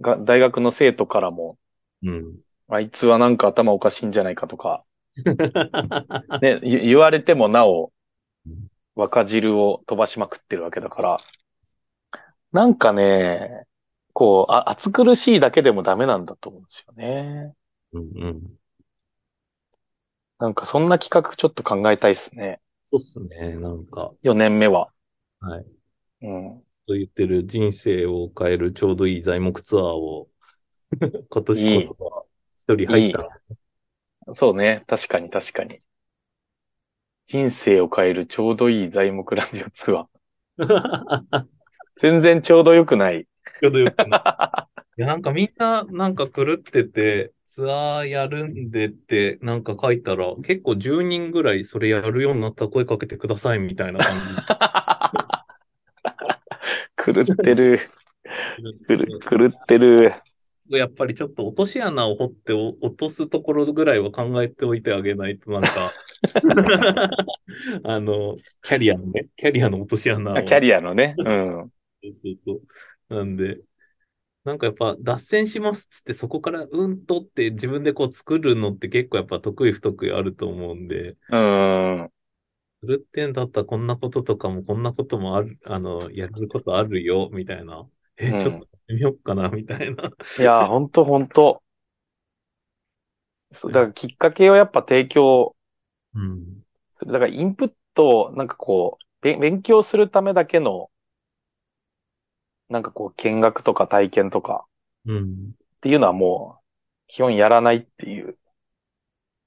が、大学の生徒からも、
うん。 [LAUGHS]
あいつはなんか頭おかしいんじゃないかとか、ね、ゆ言われてもなお
うん、
若汁を飛ばしまくってるわけだから、なんかね、こう、あ、暑苦しいだけでもダメなんだと思うんですよね。
うんうん。
なんかそんな企画ちょっと考えたいですね。
そうっすね、なんか。
4年目は。
はい。
うん。
と言ってる人生を変えるちょうどいい材木ツアーを [LAUGHS] 今年こそは一人入ったら
そうね。確かに確かに。人生を変えるちょうどいい材木ラジオツアー。
[LAUGHS]
全然ちょうど良くない。
ちょうどよくない。いや、なんかみんな、なんか狂ってて、ツアーやるんでって、なんか書いたら、結構10人ぐらいそれやるようになったら声かけてくださいみたいな感じ。 [LAUGHS]
狂ってる。狂狂ってる。
やっぱりちょっと落とし穴を掘ってお落とすところぐらいは考えておいてあげないと、なんか、 [LAUGHS] あの、キャリアのね、キャリアの落とし穴を。
キャリアのね。うん。
そうそうそう。なんで、なんかやっぱ脱線しますっつって、そこからうんとって自分でこう作るのって結構やっぱ得意不得意あると思うんで、
うん。
するってんだったらこんなこととかもこんなこともある、あの、やることあるよ、みたいな。え、
うん
ちょっとやってみよっかな、みたいな。
いやー、ほんとほんと。そう、だからきっかけをやっぱ提供
うん。
する。だからインプットを、なんかこう、べ勉強するためだけの、なんかこう、見学とか体験とか
うん。
っていうのはもう、基本やらないっていう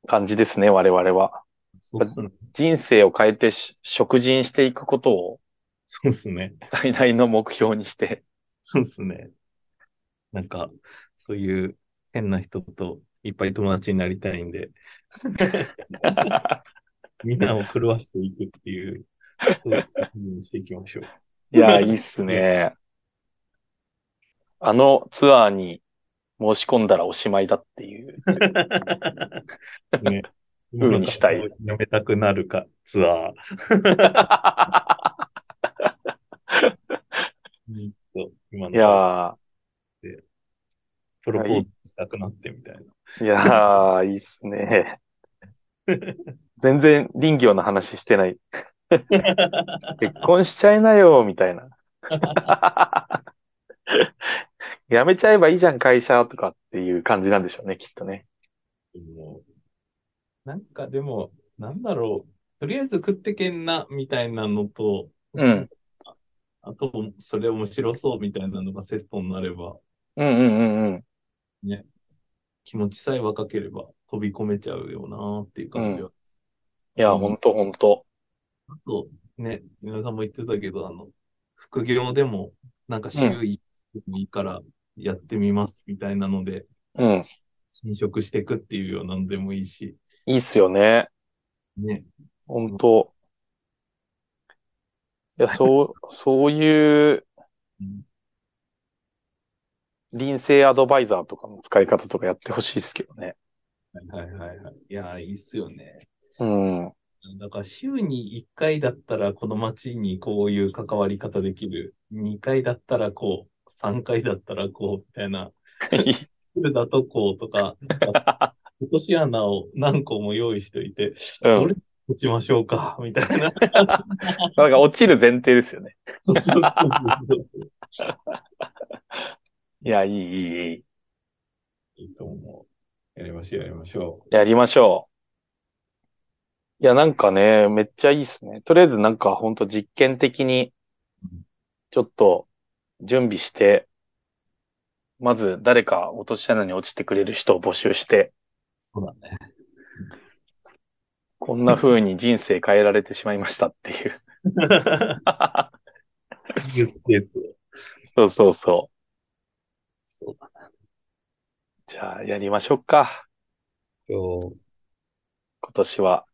感じですね、我々は。
そうっすね。
人生を変えてし、食人していくことを
[LAUGHS]
[LAUGHS]
そうっすね。
最大の目標にして。
そうですね。なんか、そういう変な人といっぱい友達になりたいん
[LAUGHS]
で、みんなを狂わしていくっていう、そういう感じにしていきま
[LAUGHS]
しょう。
いや、いいっすね。あのツアーに申し込んだらおしまいだっていう。
ね。
風にしたい。
やめたくなるか、ツアー。
[LAUGHS]
うんと今
い
の
や
プロポーズしたくなってみたいな。
ー、いやー、いいっすね。全然林業の話してない。結婚しちゃいなよ、みたいな。 [LAUGHS] やめちゃえばいいじゃん、会社とかっていう感じなんでしょうね、きっとね。
もうなんかでも、なんだろう。とりあえず食ってけんな、みたいなのと、
うん。
あと、それ面白そうみたいなのがセットになれば、
うんうんうんうん。
気持ちさえ若ければ飛び込めちゃうよなっていう感じは。
いや、
うん
ほんとほんと。
あと、ね、皆さんも言ってたけど、あの、副業でも、なんか週
うん
1いいからやってみますみたいなので、
うん。
侵食していくっていうようなのでもいいし、
いいっすよね。
ね。
本当。いや、そう、そういう
うん、
臨性アドバイザーとかの使い方とかやってほしいですけどね。
はいはいはいはい。いやー、いいっすよね。
[LAUGHS] うん。
だから週に1回だったらこの街にこういう関わり方できる。2回だったらこう、3回だったらこう、みたいな。フルだとこうとか、落とし穴を何個も用意しておいて、
うん。
俺落ちましょうか、みたいな。
なんか落ちる前提ですよね。
そうそうそう
いや、いい、いい、いい。
いいと思う。やりましょう、やりましょ
やりましょう。いや、なんかね、めっちゃいいっすね。とりあえずなんかほんと実験的に
うん、
ちょっと準備して、まず誰か落とし穴に落ちてくれる人を募集して、
う。そうだね。
こんな風に人生変えられてしまいましたっていう。
ユースケースを。
そうそうそ
そうだ。
う。じゃあ、やりましょうか。
今日、
今年は。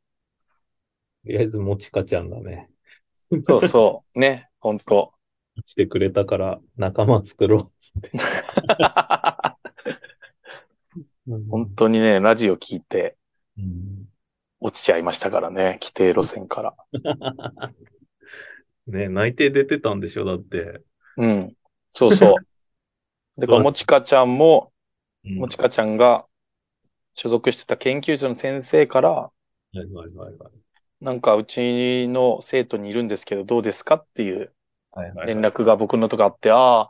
とりあえずもちかちゃんがね、
そうそう。ね、ほんと。
落ちてくれたから仲間作ろうっつって。
本当にね、ラジオ聞いて
うん
落ちちゃいましたからね、規定路線から。
[LAUGHS] ね内定出てたんでしょだって。
うん。そうそう。だから、もちかちゃんも、
うん
もちかちゃんが所属してた研究室の先生から、
はいはいはいはい
なんかうちの生徒にいるんですけど、どうですかっていう
はいはいはい。
連絡が僕のとかあって、ああ、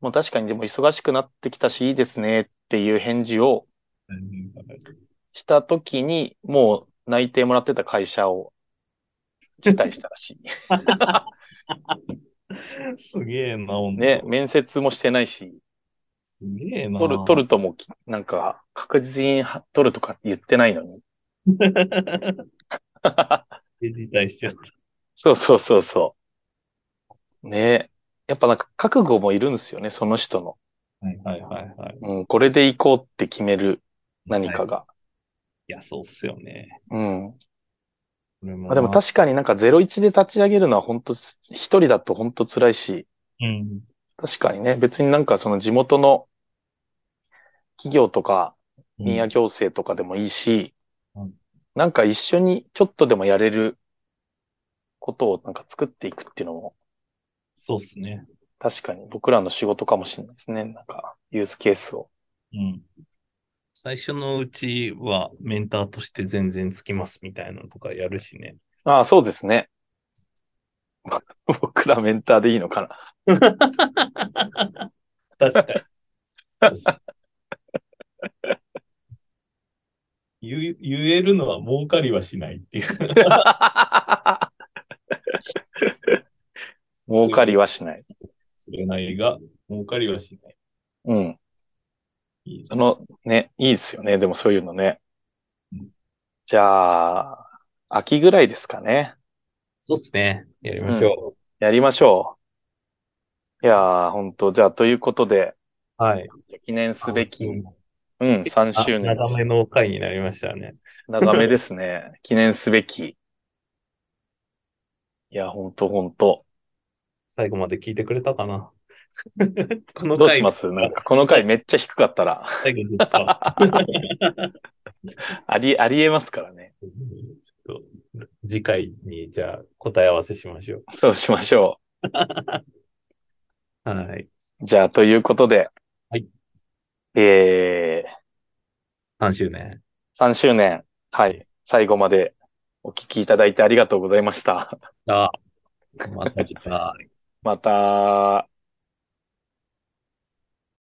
まあ確かにでも忙しくなってきたし、いいですねっていう返事をした時に、もう内定もらってた会社を辞退したらし
[LAUGHS] すげえな、ほん
い。
と
ね、面接もしてないし、
すげえな。
取る、取るともき、なんか確実には取るとか言ってないのに。 [LAUGHS]
[LAUGHS] る。辞退しちゃった。
そうそうそうそう。ねえ。やっぱなんか覚悟もいるんですよね、その人の。
はいはいはいはい。
うん、これで行こうって決める何かが。
いや、そうっすよね。
うん。
俺も
まあ、でも確かになんか01で立ち上げるのは本当一人だと本当辛いし、
うん。
確かにね、別になんかその地元の企業とか、
うん
民間行政とかでもいいし、
うん
なんか一緒にちょっとでもやれることをなんか作っていくっていうのも、
そうっすね。
確かに僕らの仕事かもしれないですね。なんか、ユースケースを。
うん。最初のうちはメンターとして全然つきますみたいなのとかやるしね。
ああ、そうですね。 [LAUGHS] 僕らメンターでいい
[LAUGHS]
のかな。
確かに。確かに言う言えるのは儲かりはしないっていう。
儲かりはしない。
それないが、儲かりはしない。
うん。
いいね
その、ね、いいですよね。でもそういうのね
うん。
じゃあ、秋ぐらいですかね。
そうっすね。やりましょ
やりましょう。いやー、ほんと。じゃあ、ということで、
う。はい。
記念すべき、
あ
うん、3周年。
長めの回になりましたね。
長めで
[LAUGHS]
すね。記念すべき。いや、ほんとほんと。
最後まで聞いてくれたかな [LAUGHS] この
どうし
回、
ますなんか、この回めっちゃ低かったら、 [LAUGHS]
最後ずっと、
あり、ありえますからね。
[LAUGHS] ちょっと、次回にじゃあ答え合わせしましょ
そうしましょ
う。はい。
う。じゃあ、ということで。
はい。
え
3周年。
ー、3周年。はい。最後までお聞きい [LAUGHS] ただいてありがとうございました。
あ、また次回。
また、